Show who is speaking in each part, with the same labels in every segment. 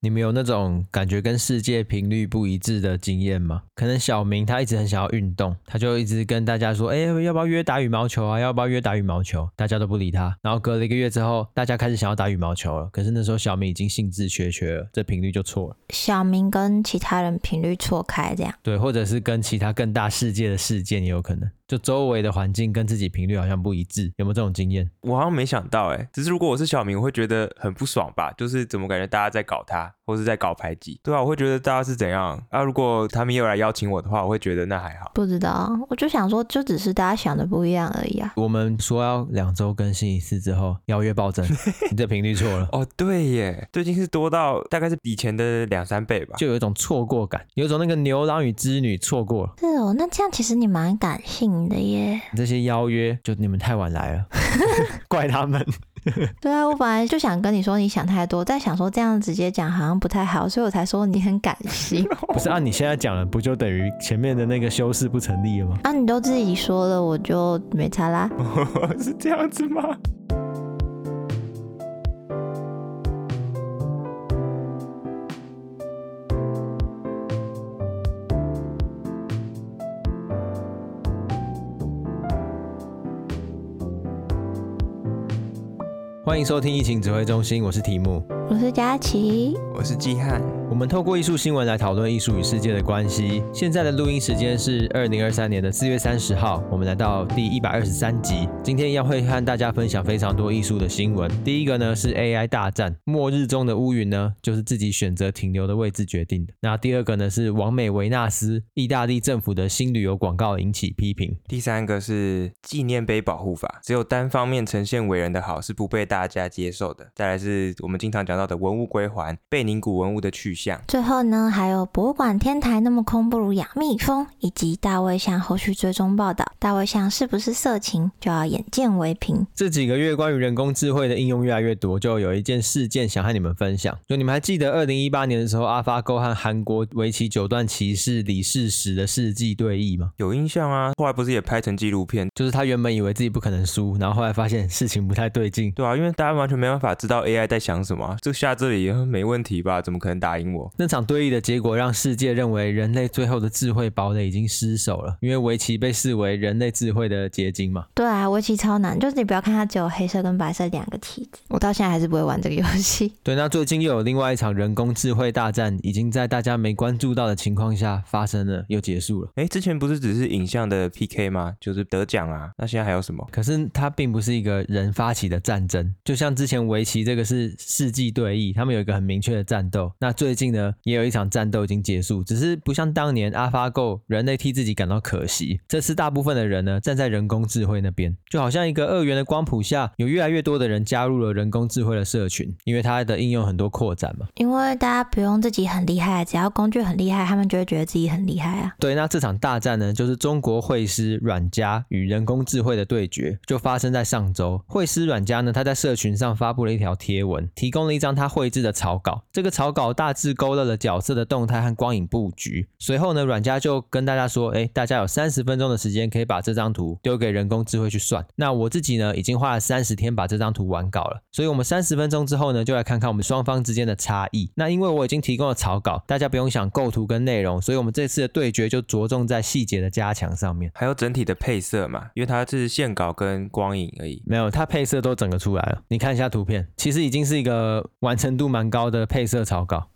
Speaker 1: 你们有那种感觉跟世界频率不一致的经验吗？可能小明他一直很想要运动，他就一直跟大家说：“哎、要不要约打羽毛球啊？要不要约打羽毛球？”大家都不理他。然后隔了一个月之后，大家开始想要打羽毛球了。可是那时候小明已经兴致缺缺了，这频率就错了。
Speaker 2: 小明跟其他人频率错开，这样
Speaker 1: 对，或者是跟其他更大世界的事件也有可能，就周围的环境跟自己频率好像不一致，有没有这种经验？
Speaker 3: 我好像没想到哎、只是如果我是小明，我会觉得很不爽吧，就是怎么感觉大家在搞他，或是在搞排挤？对啊，我会觉得大家是怎样啊？如果他们又来邀请我的话，我会觉得那还好。
Speaker 2: 不知道，我就想说，就只是大家想的不一样而已啊。
Speaker 1: 我们说要两周更新一次之后，邀约暴增，你这频率错了，
Speaker 3: 哦，对耶，最近是多到大概是以前的两三倍吧。
Speaker 1: 就有一种错过感，有一种那个牛郎与织女错过了
Speaker 2: 是哦，那这样其实你蛮感性的耶。
Speaker 1: 这些邀约，就你们太晚来了， 怪他们。
Speaker 2: 对啊，我本来就想跟你说你想太多，但想说这样直接讲好像不太好，所以我才说你很感性。
Speaker 1: 不是啊按你现在讲了，不就等于前面的那个修饰不成立了吗？
Speaker 2: 啊，你都自己说了，我就没差啦。
Speaker 3: 是这样子吗？
Speaker 1: 欢迎收听疫情指挥中心，我是提姆。
Speaker 2: 我是佳琪，
Speaker 3: 我是季汉，
Speaker 1: 我们透过艺术新闻来讨论艺术与世界的关系。现在的录音时间是二零二三年的四月三十号，我们来到第一百二十三集。今天要会和大家分享非常多艺术的新闻。第一个呢是 AI 大战，末日中的乌云呢就是自己选择停留的位置决定的。那第二个呢是王美维纳斯，意大利政府的新旅游广告引起批评。
Speaker 3: 第三个是纪念碑保护法，只有单方面呈现伟人的好是不被大家接受的。再来是我们经常讲到的文物归还，贝宁古文物的去向。
Speaker 2: 最后呢，还有博物馆天台那么空不如养蜜蜂，以及大卫像后续追踪报道，大卫像是不是色情就要眼见为凭。
Speaker 1: 这几个月关于人工智慧的应用越来越多，就有一件事件想和你们分享。就你们还记得二零一八年的时候，AlphaGo 和韩国围棋九段骑士李世石的世纪对弈吗？
Speaker 3: 有印象啊，后来不是也拍成纪录片？
Speaker 1: 就是他原本以为自己不可能输，然后后来发现事情不太对劲。
Speaker 3: 对啊，因为大家完全没办法知道 AI 在想什么啊，就下这里呃没问题吧？怎么可能打赢我？
Speaker 1: 那场对弈的结果让世界认为人类最后的智慧堡垒已经失守了，因为围棋被视为人类智慧的结晶嘛。
Speaker 2: 对啊，围棋超难，就是你不要看它只有黑色跟白色两个棋子，我到现在还是不会玩这个游戏。
Speaker 1: 对，那最近又有另外一场人工智慧大战，已经在大家没关注到的情况下发生了，又结束了。
Speaker 3: 哎，之前不是只是影像的 PK 吗？就是得奖啊，那现在还有什么？
Speaker 1: 可是它并不是一个人发起的战争，就像之前围棋这个是世纪对弈，他们有一个很明确的战斗。那最近呢，也有一场战斗已经结束，只是不像当年 AlphaGo 人类替自己感到可惜，这次大部分的人呢站在人工智慧那边，就好像一个二元的光谱下，有越来越多的人加入了人工智慧的社群，因为它的应用很多扩展嘛。
Speaker 2: 因为大家不用自己很厉害，只要工具很厉害，他们就会觉得自己很厉害啊。
Speaker 1: 对，那这场大战呢，就是中国会师阮家与人工智慧的对决，就发生在上周。会师阮家呢，他在社群上发布了一条贴文，提供了一张他绘制的草稿。这个草稿大致勾勒了角色的动态和光影布局。随后呢，阮家就跟大家说，哎，大家有三十分钟的时间可以把这张图丢给人工智慧去算。那我自己呢，已经花了三十天把这张图完稿了，所以我们三十分钟之后呢，就来看看我们双方之间的差异。那因为我已经提供了草稿，大家不用想构图跟内容，所以我们这次的对决就着重在细节的加强上面。
Speaker 3: 还有整体的配色嘛，因为它是线稿跟光影而已。
Speaker 1: 没有，它配色都整个出来了。你看一下图片，其实已经是一个完成度蛮高的配色草稿。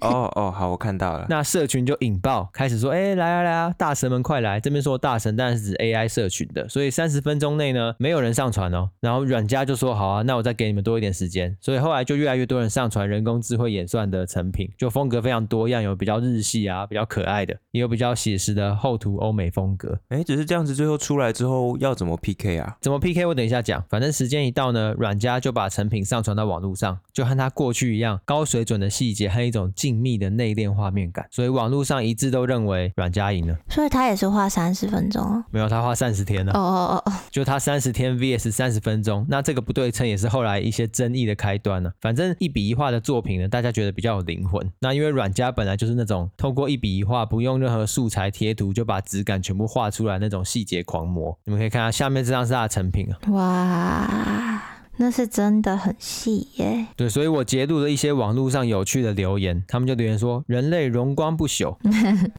Speaker 3: 哦哦，好，我看到了。
Speaker 1: 那社群就引爆，开始说：“哎、来啊来啊，大神们快来！”这边说大神当然是指 AI 社群的，所以三十分钟内呢，没有人上传哦。然后软家就说：“好啊，那我再给你们多一点时间。”所以后来就越来越多人上传人工智慧演算的成品，就风格非常多样，有比较日系啊，比较可爱的，也有比较写实的厚涂欧美风格。
Speaker 3: 哎，只是这样子，最后出来之后要怎么 PK 啊？
Speaker 1: 怎么 PK 我等一下讲，反正时间一到呢，阮家就把成品上传到网络上，就和他过去一样，高水准的细节和一种静谧的内敛画面感，所以网络上一致都认为阮家赢了。
Speaker 2: 所以他也是花三十分钟哦。
Speaker 1: 没有，他花三十天了，
Speaker 2: 哦哦哦哦，
Speaker 1: 就他三十天 VS 三十分钟，那这个不对称也是后来一些争议的开端了、啊反正一笔一画的作品呢，大家觉得比较有灵魂。那因为阮家本来就是那种透过一笔一画，不用任何素材贴图就把质感全部画出来那种细节狂魔。你们可以看下下面这张是他的成品啊，
Speaker 2: 哦哇，那是真的很细耶。
Speaker 1: 对，所以我截录了一些网络上有趣的留言，他们就留言说：“人类荣光不朽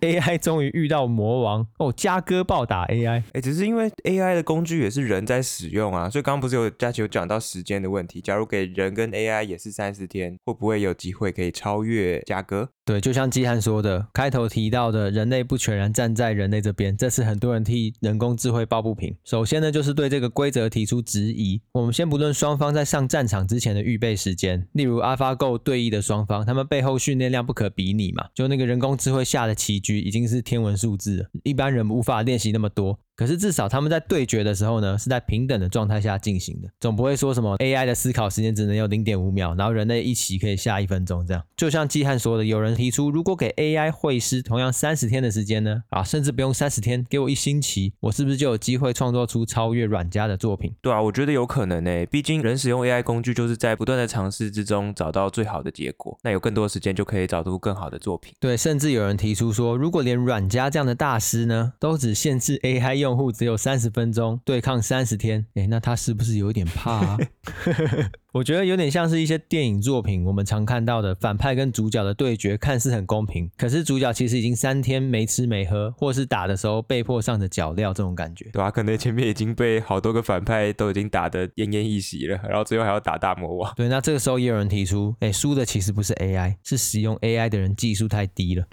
Speaker 1: ，AI 终于遇到魔王哦，嘉哥暴打 AI。
Speaker 3: 哎、只是因为 AI 的工具也是人在使用啊，所以刚刚不是有佳琪有讲到时间的问题。假如给人跟 AI 也是三十天，会不会有机会可以超越嘉哥？”
Speaker 1: 对，就像季汉说的，开头提到的，人类不全然站在人类这边，这次很多人替人工智慧抱不平。首先呢，就是对这个规则提出质疑。我们先不论双方在上战场之前的预备时间，例如 AlphaGo 对弈的双方，他们背后训练量不可比拟嘛，就那个人工智慧下的棋局已经是天文数字了，一般人无法练习那么多。可是至少他们在对决的时候呢，是在平等的状态下进行的，总不会说什么 AI 的思考时间只能有零点五秒，然后人类一棋可以下一分钟这样。就像季汉说的，有人提出，如果给 AI 会师同样三十天的时间呢，啊，甚至不用三十天，给我一星期，我是不是就有机会创作出超越阮家的作品？
Speaker 3: 对啊，我觉得有可能呢、欸毕竟人使用 AI 工具就是在不断的尝试之中找到最好的结果，那有更多时间就可以找出更好的作品。
Speaker 1: 对，甚至有人提出说，如果连阮家这样的大师呢，都只限制 AI 用户只有三十分钟对抗三十天，诶，那他是不是有一点怕啊？我觉得有点像是一些电影作品，我们常看到的反派跟主角的对决，看似很公平，可是主角其实已经三天没吃没喝，或是打的时候被迫上着脚镣这种感觉。
Speaker 3: 对啊，可能前面已经被好多个反派都已经打得奄奄一息了，然后最后还要打大魔 王。
Speaker 1: 对，那这个时候也有人提出，哎，输的其实不是 AI，是使用 AI 的人技术太低了。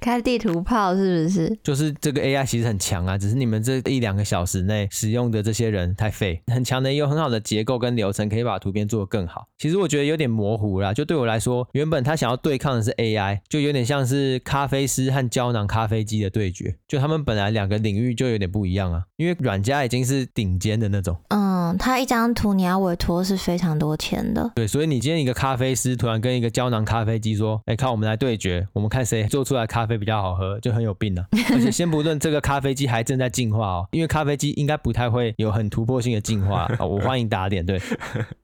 Speaker 2: 开地图炮是不是？
Speaker 1: 就是这个 AI 其实很强啊，只是你们这一两个小时内使用的这些人太废。很强的也有很好的结构跟流程，可以把图片做得更好。其实我觉得有点模糊啦，就对我来说，原本他想要对抗的是 AI，就有点像是咖啡师和胶囊咖啡机的对决，就他们本来两个领域就有点不一样啊。因为软家已经是顶尖的那种，
Speaker 2: 嗯，他一张图你要委托是非常多钱的。
Speaker 1: 对，所以你今天一个咖啡师突然跟一个胶囊咖啡机说：“哎，看我们来对决，我们看谁做出来咖啡比较好喝，就很有病了、啊而且先不论这个咖啡机还正在进化哦，因为咖啡机应该不太会有很突破性的进化啊、哦我欢迎打脸，对。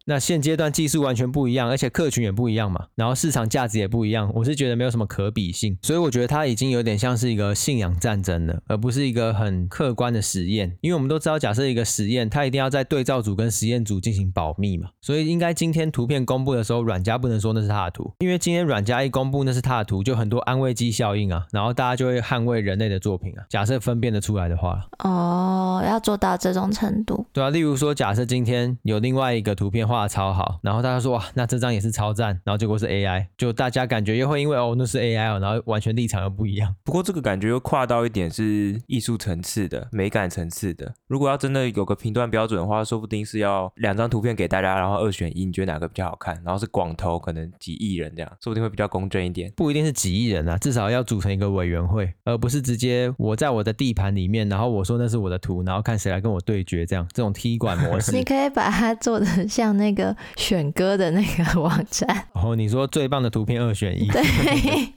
Speaker 1: 那现阶段技术完全不一样，而且客群也不一样嘛，然后市场价值也不一样，我是觉得没有什么可比性，所以我觉得它已经有点像是一个信仰战争了，而不是一个很客观的实验。因为我们都知道，假设一个实验，它一定要在对照组跟实验组进行保密嘛，所以应该今天图片公布的时候，软家不能说那是他的图，因为今天软家一公布那是他的图，就很多安慰剂效应啊，然后大家就会捍卫人类的作品啊。假设分辨得出来的话，
Speaker 2: 哦，要做到这种程度，
Speaker 1: 对啊，例如说，假设今天有另外一个图片画的超好，然后大家说哇，那这张也是超赞，然后结果是 AI，就大家感觉又会因为哦那是 AI，、哦、然后完全立场又不一样。
Speaker 3: 不过这个感觉又跨到一点是艺术层次的、美感层次的。如果要真的有个评断标准的话，说不定是要两张图片给大家，然后二选一，你觉得哪个比较好看？然后是广投，可能几亿人这样，说不定会比较公正一点。
Speaker 1: 不一定是几亿人啊，至少要组成一个委员会，而不是直接我在我的地盘里面，然后我说那是我的图，然后看谁来跟我对决，这样这种踢馆模式
Speaker 2: 你。可以把它做的像那个选歌的那个 网站。
Speaker 1: 然哦后你说最棒的图片二选一，
Speaker 2: 对，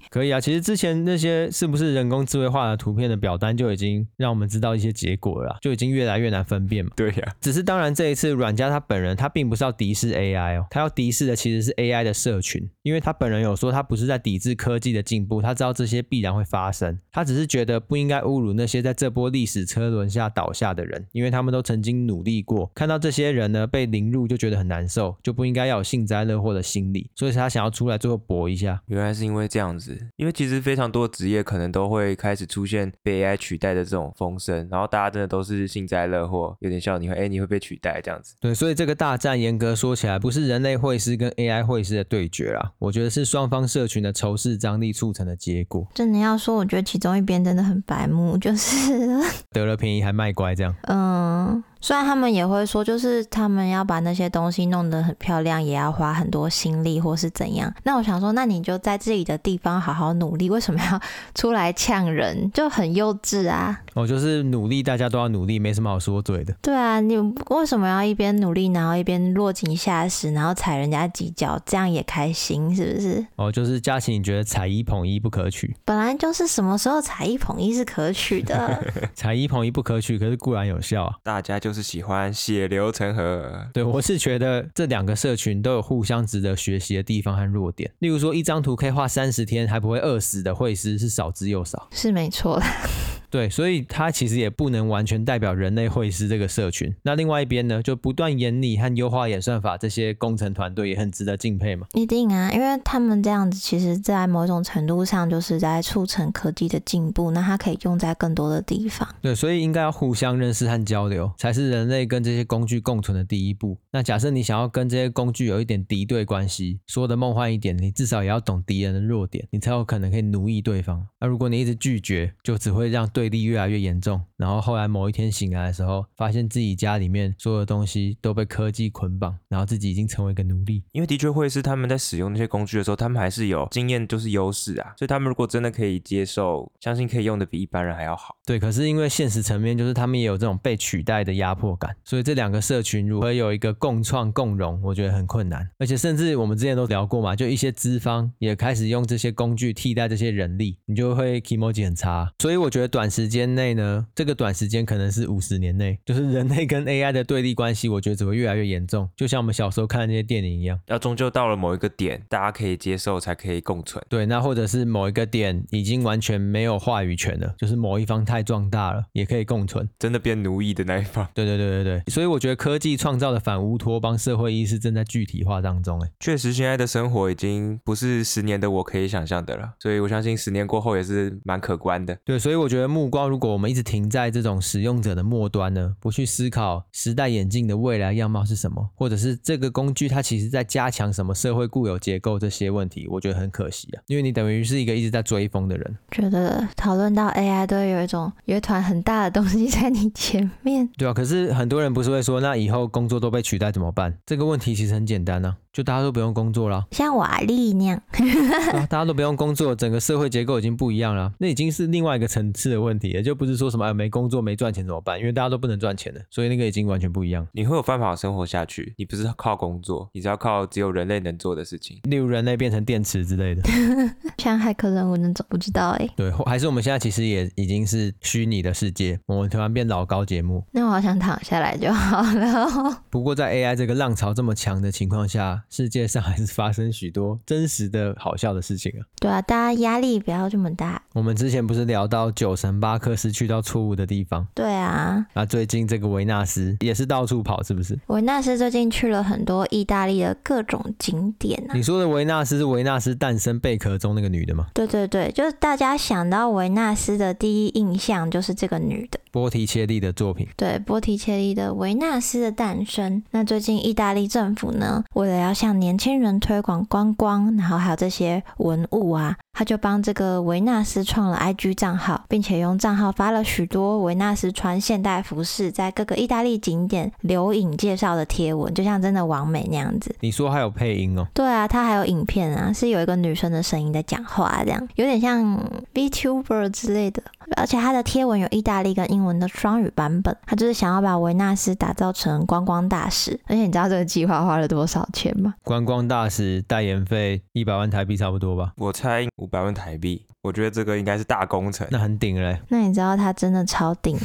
Speaker 1: 可以啊。其实之前那些是不是人工智慧画的图片的表单就已经让我们知道一些结果了啊，就已经越来越难分辨嘛。
Speaker 3: 对呀、
Speaker 1: 只是当然，这一次阮家他本人他并不是要敌视 AI 哦，他要敌视的其实是 AI 的社群，因为他本人有说他不是在抵制科技的进步，他知道这些必然会发生，他只是觉得不应该侮辱那些在这波历史车轮下倒下的人，因为他们都曾经努力过，看到这些人呢被凌辱就觉得很难受，就不应该要有幸灾乐祸的心理，所以他想要出来最后搏一下。
Speaker 3: 原来是因为这样子，因为其实非常多职业可能都会开始出现被 AI 取代的这种风声，然后大家真的都是幸灾乐祸，有点像你会哎、你会被取代这样子。
Speaker 1: 对，所以这个大战严格说起来，不是人类会师跟 AI 会师的对决啦，我觉得是双方社群的仇视张力促成的结果。
Speaker 2: 真的要说，我觉得其中一边真的很白目， 就是，
Speaker 1: 得了便宜还卖乖这样。
Speaker 2: 嗯，虽然他们也会说，就是他们要把那些东西弄得很漂亮，也要花很多心力或是怎样。那我想说，那你就在自己的地方好好努力，为什么要出来呛人？就很幼 稚啊！
Speaker 1: 哦，就是努力，大家都要努力，没什么好说嘴的。
Speaker 2: 对啊，你为什么要一边努力，然后一边落井下石，然后踩人家几脚，这样也开心是不是？
Speaker 1: 哦，就是佳琪，你觉得踩一捧一不可 取，
Speaker 2: 本来就是什么时候踩一捧一是可取的。
Speaker 1: 踩一捧一不可取，可是固然有效啊。
Speaker 3: 大家就是喜欢血流成河，
Speaker 1: 对我是觉得这两个社群都有互相值得学习的地方和弱点。例如说，一张图可以画三十天还不会饿死的会师是少之又少。
Speaker 2: 是没错啦，
Speaker 1: 对，所以它其实也不能完全代表人类会师这个社群。那另外一边呢，就不断演拟和优化演算法这些工程团队也很值得敬佩嘛。
Speaker 2: 一定啊，因为他们这样子，其实，在某种程度上就是在促成科技的进步，那它可以用在更多的地方。
Speaker 1: 对，所以应该要互相认识和交流，才是人类跟这些工具共存的第一步。那假设你想要跟这些工具有一点敌对关系，说的梦幻一点，你至少也要懂敌人的弱点，你才有可能可以奴役对方。那如果你一直拒绝，就只会让对立越来越严重。然后后来某一天醒来的时候，发现自己家里面所有的东西都被科技捆绑，然后自己已经成为一个奴隶。
Speaker 3: 因为的确会是他们在使用那些工具的时候，他们还是有经验，就是优势啊。所以他们如果真的可以接受，相信可以用的比一般人还要好。
Speaker 1: 对，可是因为现实层面就是他们也有这种被取代的压迫感，所以这两个社群如何有一个共创共荣，我觉得很困难。而且甚至我们之前都聊过嘛，就一些资方也开始用这些工具替代这些人力，你就会 emoji 很差。所以我觉得短时间内呢，这个短时间可能是五十年内，就是人类跟 AI 的对立关系，我觉得只会越来越严重，就像我们小时候看的那些电影一样。
Speaker 3: 要终究到了某一个点，大家可以接受，才可以共存。
Speaker 1: 对，那或者是某一个点已经完全没有话语权了，就是某一方太壮大了，也可以共存。
Speaker 3: 真的变奴役的那一方，
Speaker 1: 对对对对对，所以我觉得科技创造的反乌托邦社会意识正在具体化当中。哎，
Speaker 3: 确实现在的生活已经不是十年的我可以想象的了。所以我相信十年过后也是蛮可观的。
Speaker 1: 对，所以我觉得目光如果我们一直停在这种使用者的末端呢，不去思考时代眼镜的未来样貌是什么，或者是这个工具它其实在加强什么社会固有结构这些问题，我觉得很可惜啊，因为你等于是一个一直在追风的人。
Speaker 2: 觉得讨论到 AI 都会有一种有一团很大的东西 在你前面，
Speaker 1: 对啊，可是很多人不是会说，那以后工作都被取代怎么办？这个问题其实很简单啊，就大家都不用工作啦。
Speaker 2: 像瓦力那样。
Speaker 1: 对啊大家都不用工作，整个社会结构已经不一样了，啊那已经是另外一个层次的问题了，也就不是说什么、哎、没工作没赚钱怎么办，因为大家都不能赚钱了，所以那个已经完全不一样。
Speaker 3: 你会有办法生活下去，你不是靠工作，你是要靠只有人类能做的事情。
Speaker 1: 例如人类变成电池之类的，
Speaker 2: 像骇客任务那种，不知道哎、
Speaker 1: 对，或还是我们现在其实也已经是虚拟的世界，我们突然变老高节目。
Speaker 2: 那我好想躺下来就好了。
Speaker 1: 不过在 AI 这个浪潮这么强的情况下，世界上还是发生许多真实的好笑的事情啊。
Speaker 2: 对啊，大家压力不要这么大。
Speaker 1: 我们之前不是聊到酒神巴克斯去到错误的地方，
Speaker 2: 对啊，
Speaker 1: 那最近这个维纳斯也是到处跑，是不是？
Speaker 2: 我那是最近去了很多意大利的各种景点啊。
Speaker 1: 你说的维纳斯是维纳斯诞生贝壳中那个女的吗？
Speaker 2: 对对对，就是大家想到维纳斯的第一印象就是这个女的，
Speaker 1: 波提切利的作品。
Speaker 2: 对，波提切利的《维纳斯的诞生》。那最近意大利政府呢，为了要向年轻人推广观光，然后还有这些文物啊，他就帮这个维纳斯创了 IG 账号，并且用账号发了许多维纳斯穿现代服饰在各个意大利景点留影介绍的贴文，就像真的完美那样子。
Speaker 1: 你说还有配音哦？
Speaker 2: 对啊，它还有影片啊，是有一个女生的声音在讲话，这样有点像 VTuber 之类的。而且它的贴文有意大利跟英文的双语版本，它就是想要把维纳斯打造成观光大使。而且你知道这个计划花了多少钱吗？
Speaker 1: 观光大使代言费一百万台币差不多吧？
Speaker 3: 我猜五百万台币，我觉得这个应该是大工程。
Speaker 1: 那很顶嘞，
Speaker 2: 那你知道它真的超顶，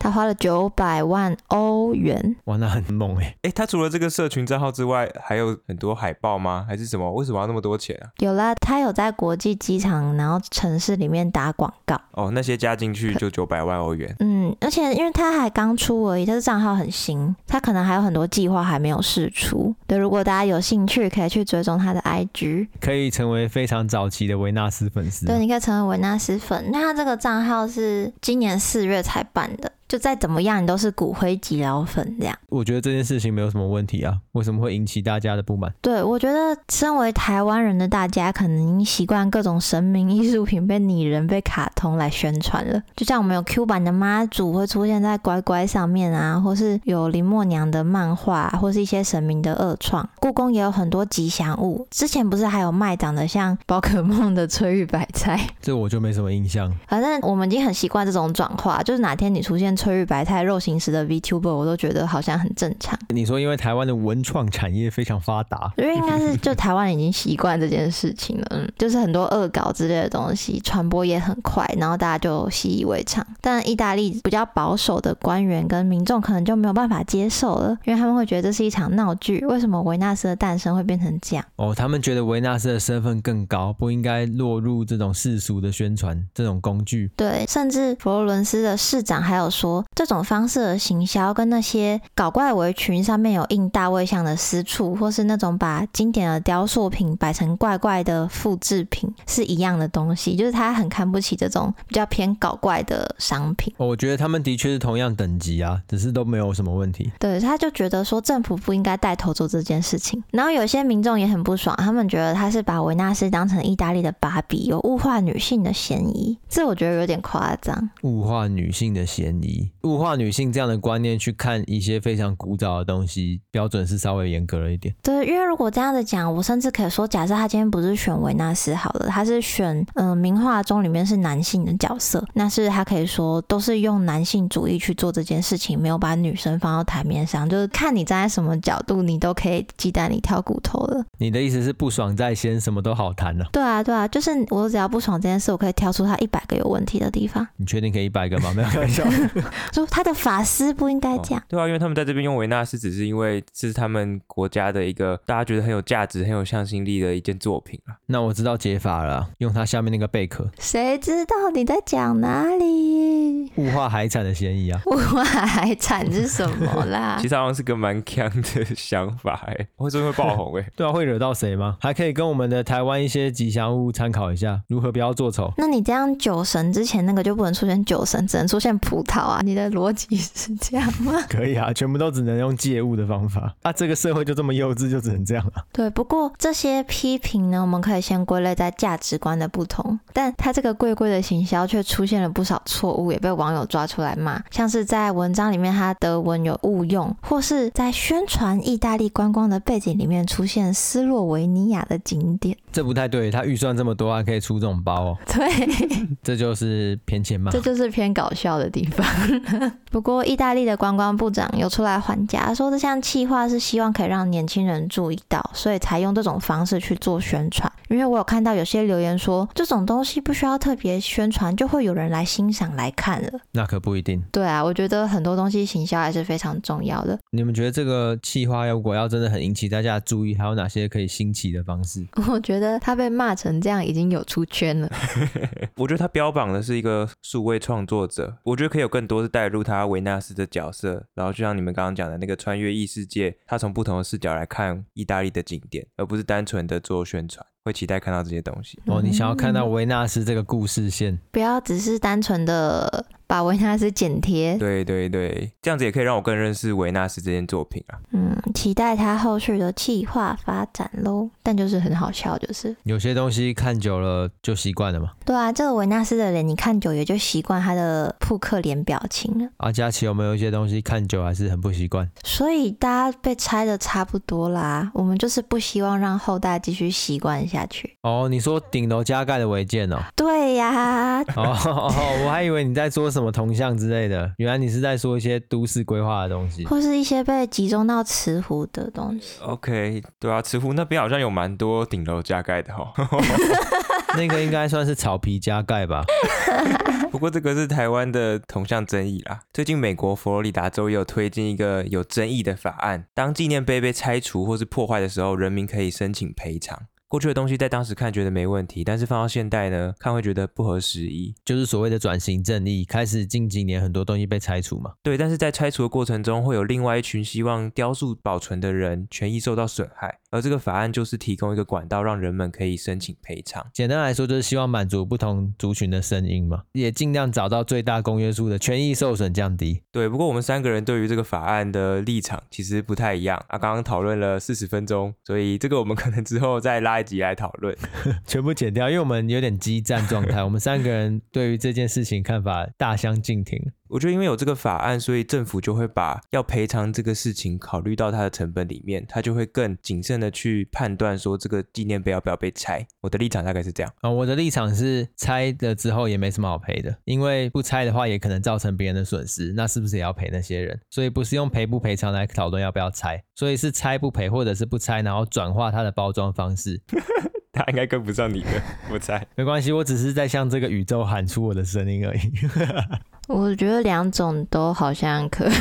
Speaker 2: 它花了九百万欧元。
Speaker 1: 哇，那很猛哎！
Speaker 3: 诶，他除了这个社群账号之外，还有很多海报吗？还是什么？为什么要那么多钱啊？
Speaker 2: 有啦，它有在国际机场然后城市里面打广告。
Speaker 3: 哦，那些加进去就九百万欧元。
Speaker 2: 嗯，而且因为他还刚出而已，他的账号很新，他可能还有很多计划还没有试出。对，如果大家有兴趣，可以去追踪他的 IG。
Speaker 1: 可以成为非常早期的维纳斯粉丝。啊
Speaker 2: 对，你可以成为维纳斯粉。那他这个账号是今年四月才办的，就再怎么样你都是骨灰级老粉这样。
Speaker 1: 我觉得这件事情没有什么问题啊，为什么会引起大家的不满？
Speaker 2: 对，我觉得身为台湾人的大家，可能已经习惯各种神明艺术品被拟人、被卡通来宣传了。就像我们有 Q 版的妈祖会出现在乖乖上面啊，或是有林默娘的漫画，啊或是一些神明的恶创。故宫也有很多吉祥物，之前不是还有卖长得像宝可梦的翠玉白菜？
Speaker 1: 这我就没什么印象。
Speaker 2: 反正我们已经很习惯这种转化，就是哪天你出现翠玉白菜、肉形石的 VTuber，我都觉得好像很正常，
Speaker 1: 你说因为台湾的文创产业非常发达，
Speaker 2: 因为应该是就台湾已经习惯这件事情了，嗯，就是很多恶搞之类的东西传播也很快，然后大家就习以为常。但意大利比较保守的官员跟民众可能就没有办法接受了，因为他们会觉得这是一场闹剧，为什么维纳斯的诞生会变成这样？
Speaker 1: 哦，他们觉得维纳斯的身份更高，不应该落入这种世俗的宣传这种工具。
Speaker 2: 对，甚至佛罗伦斯的市长还有说，这种方式的行销跟那些搞怪围裙上面有印大卫像的私处，或是那种把经典的雕塑品摆成怪怪的复制品是一样的东西，就是他很看不起这种比较偏搞怪的商品。
Speaker 1: 哦，我觉得他们的确是同样等级啊，只是都没有什么问题。
Speaker 2: 对，他就觉得说政府不应该带头做这件事情。然后有些民众也很不爽，他们觉得他是把维纳斯当成意大利的芭比，有物化女性的嫌疑，这我觉得有点夸张。
Speaker 1: 物化女性的嫌疑，物化女性这样的观念去看一些非常古早的东西，标准是稍微严格了一点。
Speaker 2: 对，因为如果这样子讲，我甚至可以说，假设他今天不是选维纳斯好了，他是选嗯名画中里面是男性的角色，那是他可以说都是用男性主义去做这件事情，没有把女生放到台面上，就是看你站在什么角度，你都可以鸡蛋里挑骨头了。
Speaker 1: 你的意思是不爽在先，什么都好谈呢、
Speaker 2: 对啊，对啊，就是我只要不爽这件事，我可以挑出他一百个有问题的地方，
Speaker 1: 你确定可以一百个吗？没有开玩笑。
Speaker 2: 说他的法师不应该这样。
Speaker 3: 对啊，因为他们在这边用维纳斯，只是因为这是他们国家的一个大家觉得很有价值、很有向心力的一件作品啊。
Speaker 1: 那我知道解法了，用它下面那个贝壳，
Speaker 2: 谁知道你在讲哪里？
Speaker 1: 物化海产的嫌疑啊。
Speaker 2: 我还产是什么啦？
Speaker 3: 其实好像是个蛮强的想法 哎、我真的会爆红哎、
Speaker 1: 对啊，会惹到谁吗？还可以跟我们的台湾一些吉祥物参考一下，如何不要做丑。
Speaker 2: 那你这样酒神之前那个就不能出现酒神，只能出现葡萄啊？你的逻辑是这样吗？
Speaker 1: 可以啊，全部都只能用借物的方法。啊，这个社会就这么幼稚，就只能这样了、
Speaker 2: 对，不过这些批评呢，我们可以先归类在价值观的不同，但他这个贵贵的行销却出现了不少错误，也被网友抓出来骂，像是在文章里面他德文有误用，或是在宣传意大利观光的背景里面出现斯洛维尼亚的景点。
Speaker 1: 这不太对，他预算这么多，还可以出这种包哦，
Speaker 2: 对，
Speaker 1: 这就是偏见嘛
Speaker 2: 这。就是偏搞笑的地方。 不过，意大利的观光部长有出来还价，说这项计划是希望可以让年轻人注意到，所以才用这种方式去做宣传。因为我有看到有些留言说，这种东西不需要特别宣传，就会有人来欣赏来看了。
Speaker 1: 那可不一定。
Speaker 2: 对啊，我觉得很多东西行销还是非常重要的。
Speaker 1: 你们觉得这个企划如果要真的很引起大家的注意，还有哪些可以新奇的方式？
Speaker 2: 我觉得他被骂成这样已经有出圈了。
Speaker 3: 我觉得他标榜的是一个数位创作者，我觉得可以有更多是带入他维纳斯的角色，然后就像你们刚刚讲的那个穿越异世界，他从不同的视角来看意大利的景点，而不是单纯的做宣传，会期待看到这些东西。
Speaker 2: 嗯
Speaker 1: 哦，你想要看到维纳斯这个故事线，
Speaker 2: 不要只是单纯的把维纳斯剪贴，
Speaker 3: 对对对，这样子也可以让我更认识维纳斯这件作品啊。
Speaker 2: 嗯，期待他后续的企划发展喽。但就是很好笑，就是
Speaker 1: 有些东西看久了就习惯了嘛。
Speaker 2: 对啊，这个维纳斯的脸，你看久也就习惯他的扑克脸表情了。
Speaker 1: 啊，佳琪有没有一些东西看久还是很不习惯？
Speaker 2: 所以大家被拆的差不多啦，我们就是不希望让后代继续习惯下去。
Speaker 1: 哦，你说顶楼加盖的违建哦？
Speaker 2: 对呀、
Speaker 1: 哦哦，我还以为你在说什么铜像之类的，原来你是在说一些都市规划的东西。
Speaker 2: 或是一些被集中到慈湖的东西。
Speaker 3: OK，对啊，慈湖那边好像有蛮多顶楼加盖的哦。
Speaker 1: 那个应该算是草皮加盖吧？
Speaker 3: 不过这个是台湾的同向争议啦。最近美国佛罗里达州也有推进一个有争议的法案，当纪念碑被拆除或是破坏的时候，人民可以申请赔偿。过去的东西在当时看觉得没问题，但是放到现代呢，看会觉得不合时宜。
Speaker 1: 就是所谓的转型正义，开始近几年很多东西被拆除嘛。
Speaker 3: 对，但是在拆除的过程中，会有另外一群希望雕塑保存的人权益受到损害，而这个法案就是提供一个管道，让人们可以申请赔偿。
Speaker 1: 简单来说，就是希望满足不同族群的声音嘛，也尽量找到最大公约数的权益受损降低。
Speaker 3: 对，不过我们三个人对于这个法案的立场其实不太一样啊。刚刚讨论了四十分钟，所以这个我们可能之后再拉一集来讨论。
Speaker 1: 全部剪掉，因为我们有点激战状态，我们三个人对于这件事情看法大相径庭。
Speaker 3: 我觉得因为有这个法案，所以政府就会把要赔偿这个事情考虑到它的成本里面，他就会更谨慎的去判断说这个纪念碑要不要被拆。我的立场大概是这样。
Speaker 1: 啊、我的立场是拆了之后也没什么好赔的，因为不拆的话也可能造成别人的损失，那是不是也要赔那些人？所以不是用赔不赔偿来讨论要不要拆，所以是拆不赔，或者是不拆，然后转化它的包装方式。
Speaker 3: 他应该跟不上你的，我猜。
Speaker 1: 没关系，我只是在向这个宇宙喊出我的声音而已。
Speaker 2: 我觉得两种都好像可以。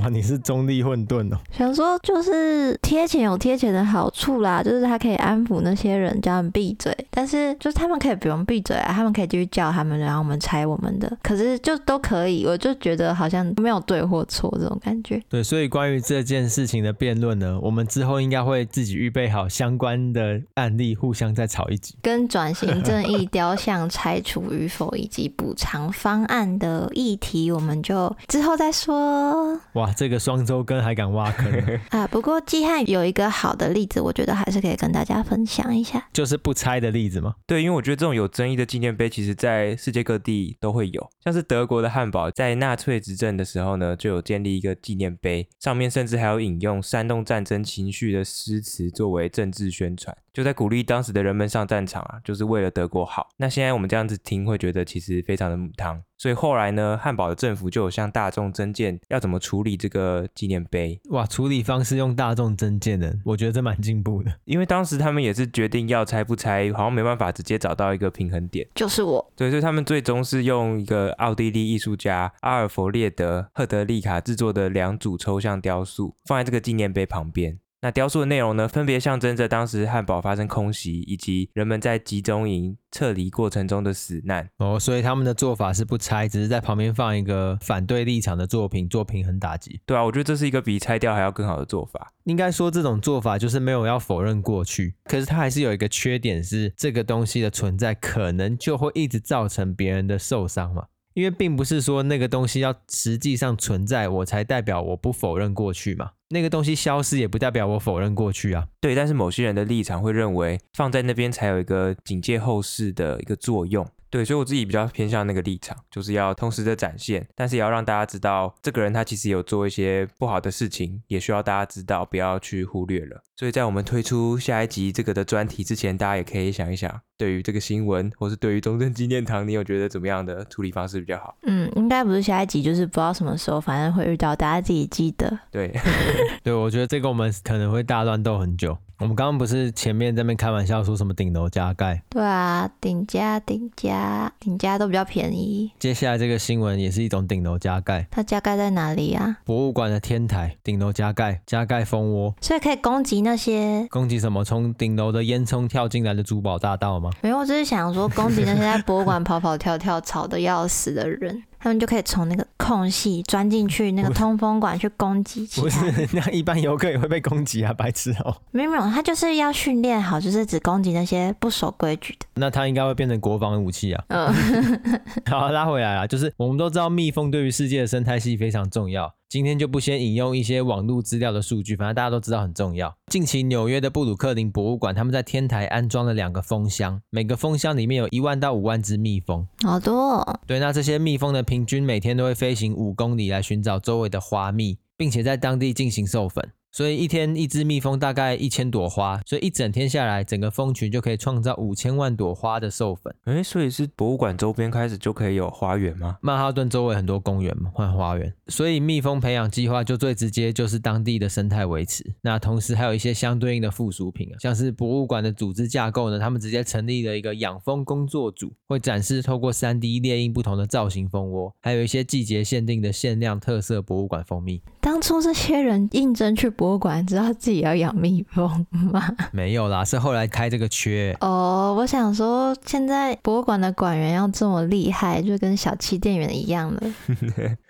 Speaker 1: 哇，你是中立混沌哦。
Speaker 2: 想说就是贴钱有贴钱的好处啦，就是他可以安抚那些人，叫他们闭嘴。但是就是他们可以不用闭嘴啊，他们可以继续叫他们，然后我们拆我们的。可是就都可以，我就觉得好像没有对或错这种感觉。
Speaker 1: 对，所以关于这件事情的辩论呢，我们之后应该会自己预备好相关的案例，互相再吵一集。
Speaker 2: 跟转型正义雕像拆除与否以及补偿方案的议题，我们就之后再说
Speaker 1: 哇，这个双周更还敢挖坑，
Speaker 2: 啊。不过季汉有一个好的例子，我觉得还是可以跟大家分享一下。
Speaker 1: 就是不拆的例子嘛。
Speaker 3: 对，因为我觉得这种有争议的纪念碑，其实在世界各地都会有。像是德国的汉堡，在纳粹执政的时候呢，就有建立一个纪念碑，上面甚至还有引用煽动战争情绪的诗词作为政治宣传，就在鼓励当时的人们上战场啊，就是为了德国好。那现在我们这样子听，会觉得其实非常的母汤。所以后来呢，汉堡的政府就有向大众增建要怎么处理这个纪念碑，
Speaker 1: 哇，处理方式用大众真见的，我觉得这蛮进步的。
Speaker 3: 因为当时他们也是决定要拆不拆，好像没办法直接找到一个平衡点。
Speaker 2: 就是我，
Speaker 3: 对，所以他们最终是用一个奥地利艺术家阿尔弗列德·赫德利卡制作的两组抽象雕塑，放在这个纪念碑旁边。那雕塑的内容呢，分别象征着当时汉堡发生空袭，以及人们在集中营撤离过程中的死难。
Speaker 1: 哦，所以他们的做法是不拆，只是在旁边放一个反对立场的作品做平衡打击。
Speaker 3: 对啊，我觉得这是一个比拆掉还要更好的做法。
Speaker 1: 应该说这种做法就是没有要否认过去，可是它还是有一个缺点是，这个东西的存在可能就会一直造成别人的受伤嘛。因为并不是说那个东西要实际上存在，我才代表我不否认过去嘛。那个东西消失也不代表我否认过去啊。
Speaker 3: 对，但是某些人的立场会认为放在那边才有一个警戒后世的一个作用。对，所以我自己比较偏向那个立场，就是要同时的展现，但是也要让大家知道这个人他其实有做一些不好的事情，也需要大家知道，不要去忽略了。所以在我们推出下一集这个的专题之前，大家也可以想一想，对于这个新闻，或是对于中正纪念堂，你有觉得怎么样的处理方式比较好？
Speaker 2: 嗯，应该不是下一集，就是不知道什么时候，反正会遇到，大家自己记得。
Speaker 3: 对，
Speaker 1: 对，我觉得这个我们可能会大乱斗很久。我们刚刚不是前面在那边开玩笑说什么顶楼加盖，
Speaker 2: 对啊，顶价顶价顶价都比较便宜，
Speaker 1: 接下来这个新闻也是一种顶楼加盖，
Speaker 2: 它加盖在哪里啊？
Speaker 1: 博物馆的天台顶楼加盖，加盖蜂窝，
Speaker 2: 所以可以攻击那些。
Speaker 1: 攻击什么？从顶楼的烟囱跳进来的珠宝大盗吗？
Speaker 2: 没有，我只是想说攻击那些在博物馆跑跑跳跳、吵得要死的人，他们就可以从那个空隙钻进去那个通风管去攻击其
Speaker 1: 不
Speaker 2: 他人。
Speaker 1: 是， 那一般游客也会被攻击啊，白痴哦、
Speaker 2: 没有没有，他就是要训练好，就是只攻击那些不守规矩的。
Speaker 1: 那它应该会变成国防武器啊。
Speaker 2: 嗯，
Speaker 1: 好，拉回来啦，啊就是我们都知道蜜蜂对于世界的生态系非常重要。今天就不先引用一些网络资料的数据，反正大家都知道很重要。近期纽约的布鲁克林博物馆，他们在天台安装了两个蜂箱，每个蜂箱里面有一万到五万只蜜蜂。
Speaker 2: 好多、哦。
Speaker 1: 对，那这些蜜蜂呢，平均每天都会飞行五公里来寻找周围的花蜜，并且在当地进行授粉。所以一天一只蜜蜂大概一千朵花，所以一整天下来，整个蜂群就可以创造五千万朵花的授粉。
Speaker 3: 诶，所以是博物馆周边开始就可以有花园吗？
Speaker 1: 曼哈顿周围很多公园嘛，换花园，所以蜜蜂培养计划就最直接就是当地的生态维持。那同时还有一些相对应的附属品啊，像是博物馆的组织架构呢，他们直接成立了一个养蜂工作组，会展示透过 3D 列印不同的造型蜂窝，还有一些季节限定的限量特色博物馆蜂蜜。
Speaker 2: 当初这些人应征去博物馆，知道自己要养蜜蜂吗？
Speaker 1: 没有啦，是后来开这个缺。
Speaker 2: 哦，我想说，现在博物馆的馆员要这么厉害，就跟小七店员一样了。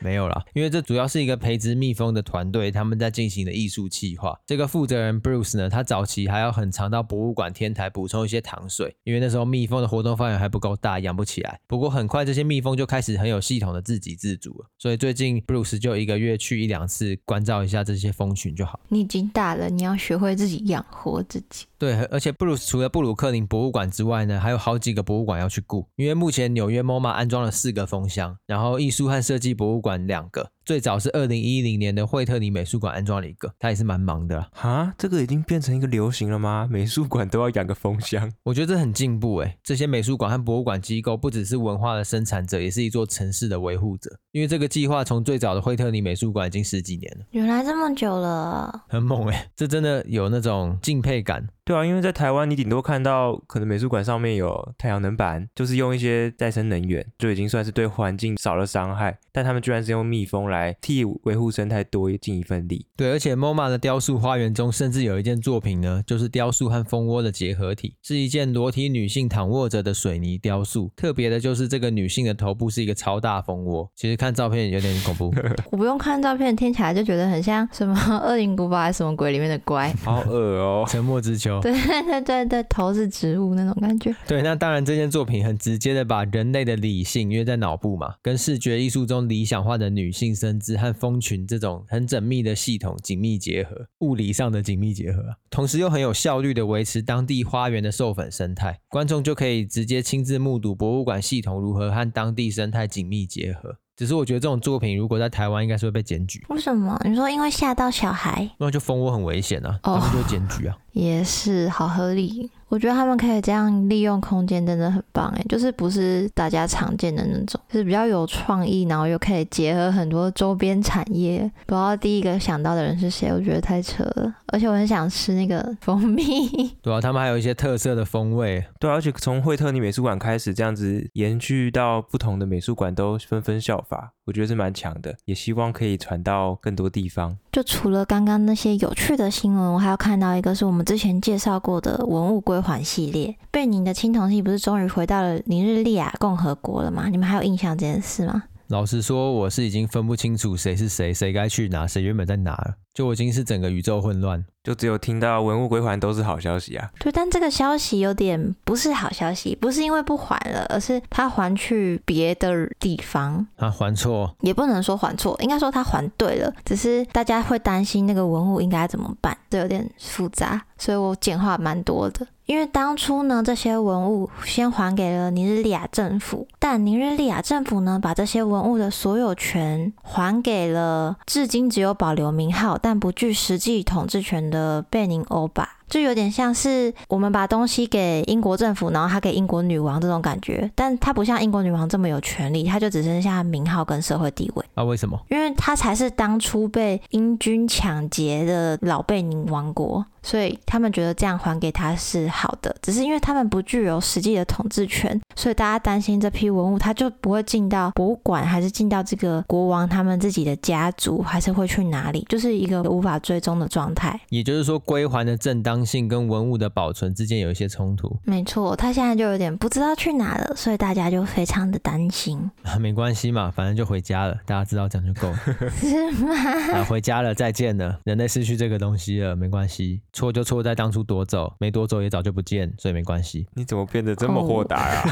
Speaker 1: 没有啦，因为这主要是一个培植蜜蜂的团队他们在进行的艺术企划。这个负责人 Bruce 呢，他早期还要很常到博物馆天台补充一些糖水，因为那时候蜜蜂的活动范围还不够大，养不起来。不过很快这些蜜蜂就开始很有系统的自给自足了，所以最近 Bruce 就一个月去一两次关照一下这些蜂群就好。
Speaker 2: 你已经大了，你要学会自己养活自己。
Speaker 1: 对，而且布鲁除了布鲁克林博物馆之外呢，还有好几个博物馆要去顾，因为目前纽约 MoMA 安装了四个风箱，然后艺术和设计博物馆两个，最早是二零一零年的惠特尼美术馆安装了一个，它也是蛮忙的啦。
Speaker 3: 啊，这个已经变成一个流行了吗？ 美术馆都要养个风箱，
Speaker 1: 我觉得这很进步诶，这些美术馆和博物馆机构不只是文化的生产者，也是一座城市的维护者。因为这个计划从最早的惠特尼美术馆已经十几年了，
Speaker 2: 原来这么久了，
Speaker 1: 很猛诶，这真的有那种敬佩感。
Speaker 3: 对啊，因为在台湾，你顶多看到可能美术馆上面有太阳能板，就是用一些再生能源，就已经算是对环境少了伤害。但他们居然是用蜜蜂来替维护生态多尽一份力。
Speaker 1: 对，而且 MoMA 的雕塑花园中，甚至有一件作品呢，就是雕塑和蜂窝的结合体，是一件裸体女性躺卧着的水泥雕塑。特别的就是这个女性的头部是一个超大蜂窝，其实看照片有点恐怖。！
Speaker 2: 我不用看照片，听起来就觉得很像什么《恶灵古堡》还是什么鬼里面的乖。
Speaker 3: 好恶哦
Speaker 1: 沉默之丘。
Speaker 2: 对对对对对，头是植物那种感觉。
Speaker 1: 对，那当然，这件作品很直接的把人类的理性，因为在脑部嘛，跟视觉艺术中理想化的女性身姿和蜂群这种很缜密的系统紧密结合，物理上的紧密结合啊、同时又很有效率的维持当地花园的授粉生态，观众就可以直接亲自目睹博物馆系统如何和当地生态紧密结合。只是我觉得这种作品如果在台湾，应该是会被检举，
Speaker 2: 为什么？你说因为吓到小孩？
Speaker 1: 那就蜂窝很危险啊，他
Speaker 2: 哦
Speaker 1: 们就会检举啊。
Speaker 2: 也是好合理。我觉得他们可以这样利用空间，真的很棒哎，就是不是大家常见的那种，就是比较有创意，然后又可以结合很多周边产业。不知道第一个想到的人是谁，我觉得太扯了。而且我很想吃那个蜂蜜，
Speaker 1: 对啊，他们还有一些特色的风味，
Speaker 3: 对啊、而且从惠特尼美术馆开始，这样子延续到不同的美术馆都纷纷效法，我觉得是蛮强的，也希望可以传到更多地方。
Speaker 2: 就除了刚刚那些有趣的新闻，我还有看到一个是我们之前介绍过的文物归还系列。贝宁的青铜器不是终于回到了尼日利亚共和国了吗？你们还有印象这件事吗？
Speaker 1: 老实说，我是已经分不清楚谁是谁，谁该去哪，谁原本在哪了。就我已经是整个宇宙混乱。
Speaker 3: 就只有听到文物归还都是好消息啊！
Speaker 2: 对，但这个消息有点不是好消息，不是因为不还了，而是他还去别的地方，
Speaker 1: 啊，还错，
Speaker 2: 也不能说还错，应该说他还对了，只是大家会担心那个文物应该怎么办，这有点复杂，所以我简化蛮多的。因为当初呢，这些文物先还给了尼日利亚政府，但尼日利亚政府呢，把这些文物的所有权还给了至今只有保留名号但不具实际统治权的贝宁欧巴。就有点像是我们把东西给英国政府，然后他给英国女王这种感觉，但他不像英国女王这么有权利，他就只剩下名号跟社会地位。
Speaker 1: 啊，为什么？
Speaker 2: 因为他才是当初被英军抢劫的老贝宁王国，所以他们觉得这样还给他是好的。只是因为他们不具有实际的统治权，所以大家担心这批文物它就不会进到博物馆，还是进到这个国王他们自己的家族，还是会去哪里，就是一个无法追踪的状态。
Speaker 1: 也就是说，归还的正当性跟文物的保存之间有一些冲突。
Speaker 2: 没错，他现在就有点不知道去哪了，所以大家就非常的担心，
Speaker 1: 啊，没关系嘛，反正就回家了，大家知道这样就够了。
Speaker 2: 是吗？
Speaker 1: 啊，回家了，再见了。人类失去这个东西了，没关系，错就错在当初夺走，没夺走也早就不见，所以没关系。
Speaker 3: 你怎么变得这么豁达啊？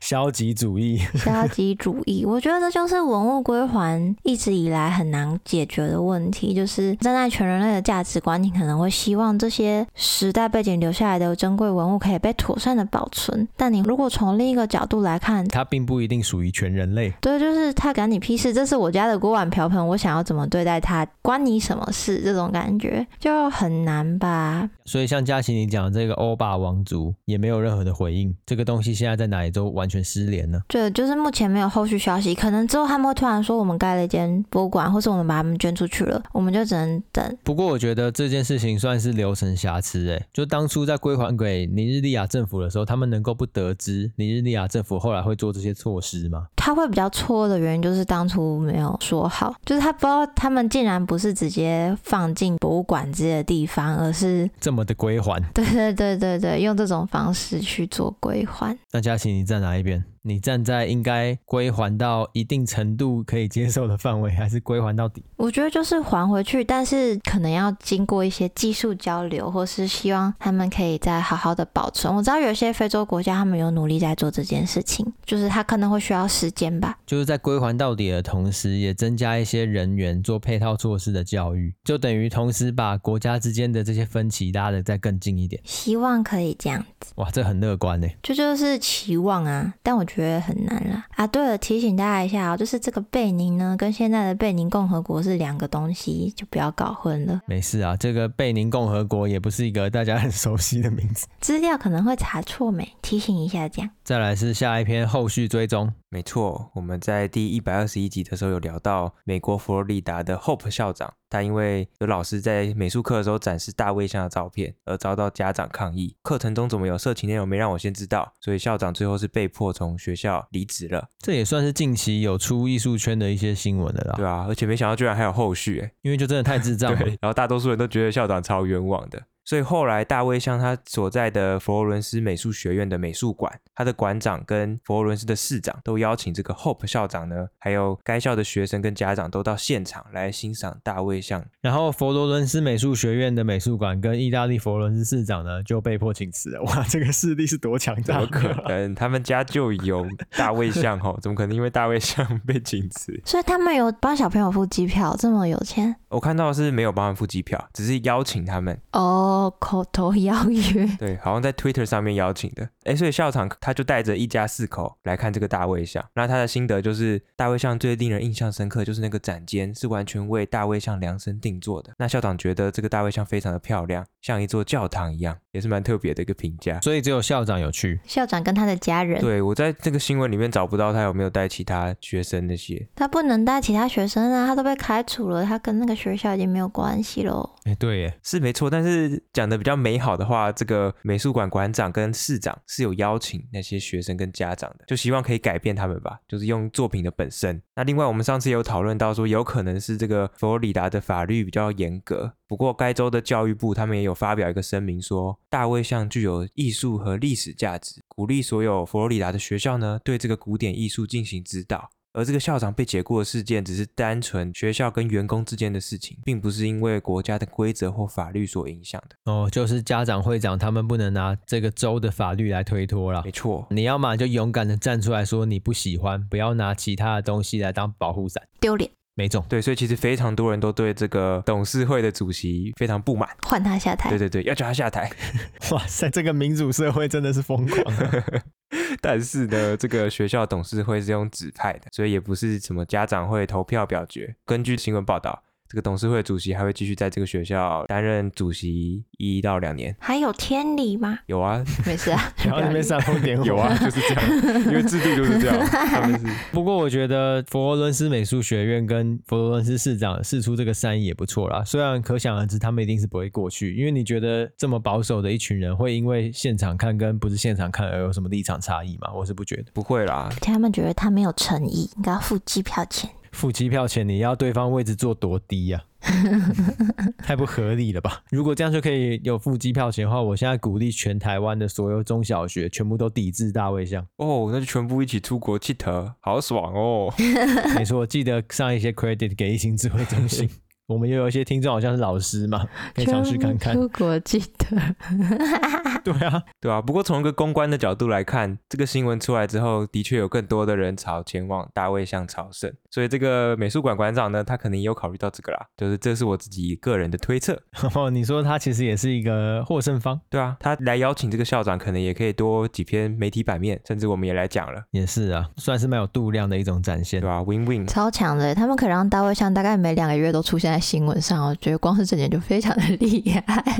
Speaker 1: 消极主义，
Speaker 2: 消极主义，我觉得这就是文物归还一直以来很难解决的问题。就是站在全人类的价值观，你可能会希望这些时代背景留下来的珍贵文物可以被妥善的保存，但你如果从另一个角度来看，
Speaker 1: 它并不一定属于全人类。
Speaker 2: 对，就是他管你屁事，这是我家的锅碗瓢盆，我想要怎么对待它，关你什么事？这种感觉就很难吧。
Speaker 1: 所以像佳琪你讲的这个欧巴王族也没有任何的回应，这个东西现在在哪里都完全失联了。
Speaker 2: 对，就是目前没有后续消息，可能之后他们会突然说我们盖了一间博物馆，或是我们把他们捐出去了，我们就只能等。
Speaker 1: 不过我觉得这件事情算是流程瑕疵，诶，就当初在归还给尼日利亚政府的时候，他们能够不得知尼日利亚政府后来会做这些措施吗？
Speaker 2: 他会比较错愕的原因就是当初没有说好，就是他不知道他们竟然不是直接放进博物馆之类的地方，而是，
Speaker 1: 这么的归还
Speaker 2: 对对对对对，用这种方式去做归还。
Speaker 1: 那佳琪你站哪一边？你站在应该归还到一定程度可以接受的范围，还是归还到底？
Speaker 2: 我觉得就是还回去，但是可能要经过一些技术交流，或是希望他们可以再好好的保存。我知道有些非洲国家他们有努力在做这件事情，就是他可能会需要时间吧。
Speaker 1: 就是在归还到底的同时，也增加一些人员做配套措施的教育，就等于同时把国家之间的这些分歧拉得再更近一点。
Speaker 2: 希望可以这样，
Speaker 1: 哇，这很乐观欸呢。
Speaker 2: 这就是期望啊，但我觉得很难啦。啊，对了，提醒大家一下哦，就是这个贝宁呢，跟现在的贝宁共和国是两个东西，就不要搞混了。
Speaker 1: 没事啊，这个贝宁共和国也不是一个大家很熟悉的名字。
Speaker 2: 资料可能会查错没，提醒一下这样。
Speaker 1: 再来是下一篇后续追踪，
Speaker 3: 没错，我们在第一百二十一集的时候有聊到美国佛罗里达的 Hope 校长，他因为有老师在美术课的时候展示大卫像的照片，而遭到家长抗议。课程中怎么有色情内容没让我先知道，所以校长最后是被迫从学校离职了。
Speaker 1: 这也算是近期有出艺术圈的一些新闻了啦。
Speaker 3: 对啊，而且没想到居然还有后续、欸，
Speaker 1: 因为就真的太智障了。
Speaker 3: 对，然后大多数人都觉得校长超冤枉的。所以后来大卫向他所在的佛罗伦斯美术学院的美术馆，他的馆长跟佛罗伦斯的市长都邀请这个 Hope 校长呢，还有该校的学生跟家长都到现场来欣赏大卫 像。
Speaker 1: 然后佛罗伦斯美术学院的美术馆跟意大利佛罗伦斯市长呢就被迫请辞了。哇，这个势力是多强
Speaker 3: 怎
Speaker 1: 大
Speaker 3: 么？可能？他们家就有大卫像吼，怎么可能因为大卫像被请辞？
Speaker 2: 所以他们有帮小朋友付机票，这么有钱
Speaker 3: 我看到的是没有帮他们付机票，只是邀请他们。
Speaker 2: 哦，口头邀约。
Speaker 3: 对，好像在 Twitter 上面邀请的。哎，所以校长他就带着一家四口来看这个大卫像，那他的心得就是，大卫像最令人印象深刻就是那个展间是完全为大卫像量身定做的。那校长觉得这个大卫像非常的漂亮，像一座教堂一样，也是蛮特别的一个评价。
Speaker 1: 所以只有校长有去。
Speaker 2: 校长跟他的家人，
Speaker 3: 对我在这个新闻里面找不到他有没有带其他学生那些，
Speaker 2: 他不能带其他学生啊，他都被开除了，他跟那个学校已经没有关系喽。
Speaker 1: 哎，对耶，
Speaker 3: 是没错，但是讲的比较美好的话，这个美术馆馆长跟市长是有邀请那些学生跟家长的，就希望可以改变他们吧，就是用作品的本身。那另外，我们上次也有讨论到说，有可能是这个佛罗里达的法律比较严格，不过该州的教育部他们也有发表一个声明说，大卫像具有艺术和历史价值，鼓励所有佛罗里达的学校呢对这个古典艺术进行指导。而这个校长被解雇的事件，只是单纯学校跟员工之间的事情，并不是因为国家的规则或法律所影响的。
Speaker 1: 哦，就是家长会长他们不能拿这个州的法律来推脱啦
Speaker 3: 没。错，
Speaker 1: 你要么就勇敢的站出来说你不喜欢，不要拿其他的东西来当保护伞。
Speaker 2: 丢脸，
Speaker 1: 没中，
Speaker 3: 对，所以其实非常多人都对这个董事会的主席非常不满。
Speaker 2: 换他下台
Speaker 3: 对。对对，要叫他下台。
Speaker 1: 哇塞，这个民主社会真的是疯狂、 啊。
Speaker 3: 但是呢，这个学校董事会是用指派的，所以也不是什么家长会投票表决。根据新闻报道，这个董事会主席还会继续在这个学校担任主席一到两年。
Speaker 2: 还有天理吗？
Speaker 3: 有啊，
Speaker 2: 没事啊，
Speaker 1: 然后那边煽风点火。
Speaker 3: 有啊，就是这样，因为制度就是这样。他们是
Speaker 1: 不过我觉得佛罗伦斯美术学院跟佛罗伦斯市长试出这个善意也不错啦。虽然可想而知，他们一定是不会过去，因为你觉得这么保守的一群人会因为现场看跟不是现场看而有什么立场差异吗？我是不觉得。
Speaker 3: 不会啦，
Speaker 2: 他们觉得他没有诚意，应该要付机票钱。
Speaker 1: 付机票钱你要对方位置坐多低呀、太不合理了吧？如果这样就可以有付机票钱的话，我现在鼓励全台湾的所有中小学全部都抵制大卫像。
Speaker 3: 哦，那就全部一起出国去得，好爽哦！
Speaker 1: 没错，记得上一些 credit 给一星智慧中心。我们也有一些听众好像是老师嘛，可以尝试看看
Speaker 2: 全。部出国记得，
Speaker 1: 对啊，
Speaker 3: 对啊，不过从一个公关的角度来看，这个新闻出来之后，的确有更多的人潮前往大卫像朝圣，所以这个美术馆馆长呢，他可能也有考虑到这个啦，就是这是我自己个人的推测。
Speaker 1: 哦，你说他其实也是一个获胜方，
Speaker 3: 对啊，他来邀请这个校长，可能也可以多几篇媒体版面，甚至我们也来讲了，
Speaker 1: 也是啊，算是蛮有度量的一种展现
Speaker 3: 对。吧、w 啊 i n win。
Speaker 2: 超强的。他们可以让大卫像大概每两个月都出现在新闻上，我觉得光是这点就非常的厉 害，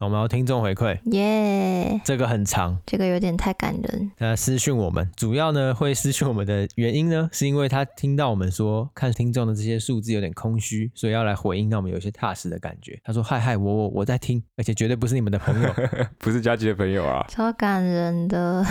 Speaker 1: 我们要听众回馈，
Speaker 2: 耶、
Speaker 1: 这个很长，
Speaker 2: 这个有点太感人，
Speaker 1: 呃，私讯我们，主要呢会私讯我们的原因呢， 是因为他听到我们说看听众的这些数字有点空虚，所以要来回应，让我们有一些踏实的感觉。他说：“嗨嗨，我我我 在听，而且绝对不是你们的朋友。”
Speaker 3: 不是佳琪的朋友啊，
Speaker 2: 超感人的。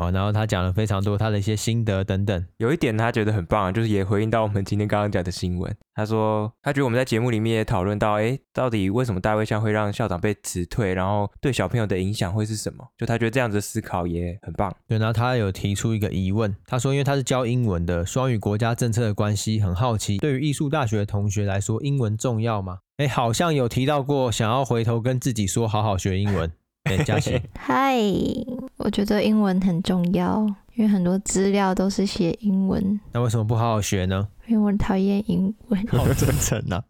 Speaker 1: 哦，然后他讲了非常多他的一些心得等等。
Speaker 3: 有一点他觉得很棒，就是也回应到我们今天刚刚讲的新闻。他说，他觉得我们在节目里面也讨论到，哎，到底为什么大卫像会让校长被辞退，然后对小朋友的影响会是什么？就他觉得这样子的思考也很棒。
Speaker 1: 对，然后他有提出一个疑问，他说，因为他是教英文的，双语国家政策的关系，很好奇，对于艺术大学的同学来说，英文重要吗？哎，好像有提到过，想要回头跟自己说，好好学英文。哎，佳 琪，
Speaker 2: 嗨，我觉得英文很重要，因为很多资料都是写英文，
Speaker 1: 那为什么不好好学呢？
Speaker 2: 因为我讨厌英文。
Speaker 1: 好真诚啊呐、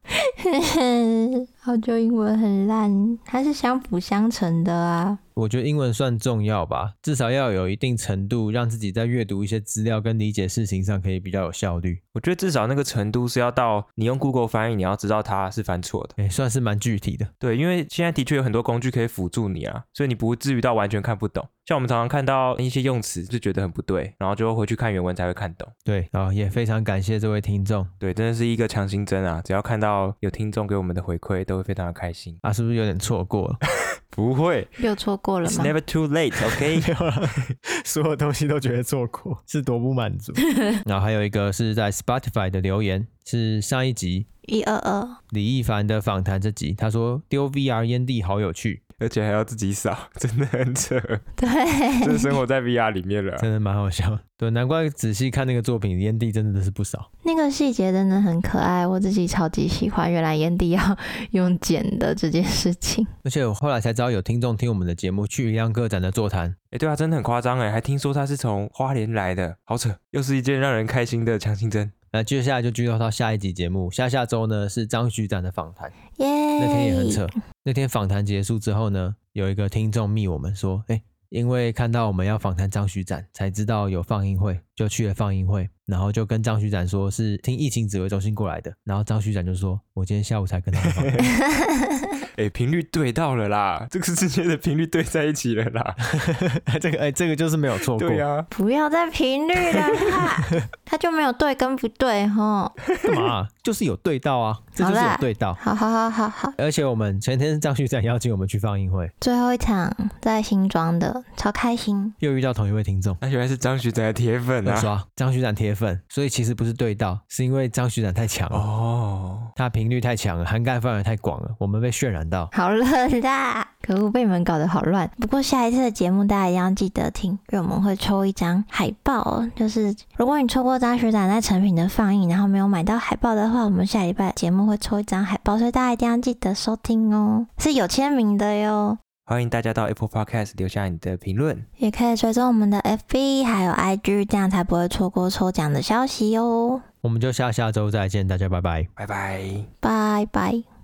Speaker 2: 好久英文很烂，它是相辅相成的啊。
Speaker 1: 我觉得英文算重要吧，至少要有一定程度，让自己在阅读一些资料跟理解事情上可以比较有效率。
Speaker 3: 我觉得至少那个程度是要到你用 Google 翻译，你要知道它是翻错的。
Speaker 1: 哎，算是蛮具体的。
Speaker 3: 对，因为现在的确有很多工具可以辅助你啊，所以你不至于到完全看不懂。像我们常常看到一些用词就觉得很不对，然后就回去看原文才会看懂。
Speaker 1: 对，然后也非常感谢这位听众
Speaker 3: 对，真的是一个强心针啊！只要看到有听众给我们的回馈，都会非常的开心。
Speaker 1: 啊，是不是有点错过了？
Speaker 3: 不会
Speaker 2: 又错过了
Speaker 3: ，It's
Speaker 2: 吗？
Speaker 3: never too late，OK？、
Speaker 1: 哎没有啦所有东西都觉得错过，是多不满足。 然后还有一个是在 Spotify 的留言，是上一集
Speaker 2: 一二二，
Speaker 1: 李一凡的访谈这集，他说丢 VR 烟蒂好有趣，
Speaker 3: 而且还要自己扫， 真的很扯，
Speaker 2: 对，
Speaker 3: 这生活在 VR 里面了啊、
Speaker 1: 真的蛮好笑的。对，难怪仔细看那个作品，烟蒂真的是不少。
Speaker 2: 那个细节真的很可爱，我自己超级喜欢。原来烟蒂要用剪的这件事 情，
Speaker 1: 而且我后来才知道有听众听我们的节目去一辆个展的座谈，
Speaker 3: 哎、对啊，真的很夸张哎，还听说他是从花莲来的，好扯，又是一件让人开心的强心针。
Speaker 1: 那接下来就进入到下一集节目，下下周呢是张局长的访谈，
Speaker 2: 耶！
Speaker 1: 那天也很
Speaker 2: 扯。
Speaker 1: 扯。那天访谈结束之后呢，有一个听众密我们说，哎、因为看到我们要访谈张徐展，才知道有放映会，就去了放映会，然后就跟张徐展说是听疫情指挥中心过来的，然后张徐展就说，我今天下午才跟他们访谈
Speaker 3: 哎、频率对到了啦，这个世界的频率对在一起了啦。
Speaker 1: 这个哎、这个就是没有错过，
Speaker 3: 对啊呀、
Speaker 2: 不要再频率了 啦，他就没有对跟不对吼。
Speaker 1: 干嘛啊、就是有对到啊，这就是有对到。
Speaker 2: 好好好好好，
Speaker 1: 而且我们前天张徐展邀请我们去放映会，
Speaker 2: 最后一场在新庄的，超开心。
Speaker 1: 又遇到同一位听众。
Speaker 3: 那原来是张学仔的铁粉
Speaker 1: 二
Speaker 3: 啊。
Speaker 1: 刷张徐展铁粉，所以其实不是对到，是因为张徐展太强了，
Speaker 3: 哦，
Speaker 1: 他频率太强了，涵盖范围太广了，我们被渲染到。
Speaker 2: 好了啦，可恶，被你们搞得好乱。不过下一次的节目大家一定要记得听，因为我们会抽一张海报，哦就是如果你错过张学长在成品的放映，然后没有买到海报的话，我们下礼拜节目会抽一张海报，所以大家一定要记得收听哦，是有签名的哟。
Speaker 3: 欢迎大家到 Apple Podcast 留下你的评论。
Speaker 2: 也可以追踪我们的 FB 还有 IG，这样才不会错过抽奖的消息哦。
Speaker 1: 我们就下下周再见，大家拜拜。
Speaker 3: 拜拜。
Speaker 2: 拜拜。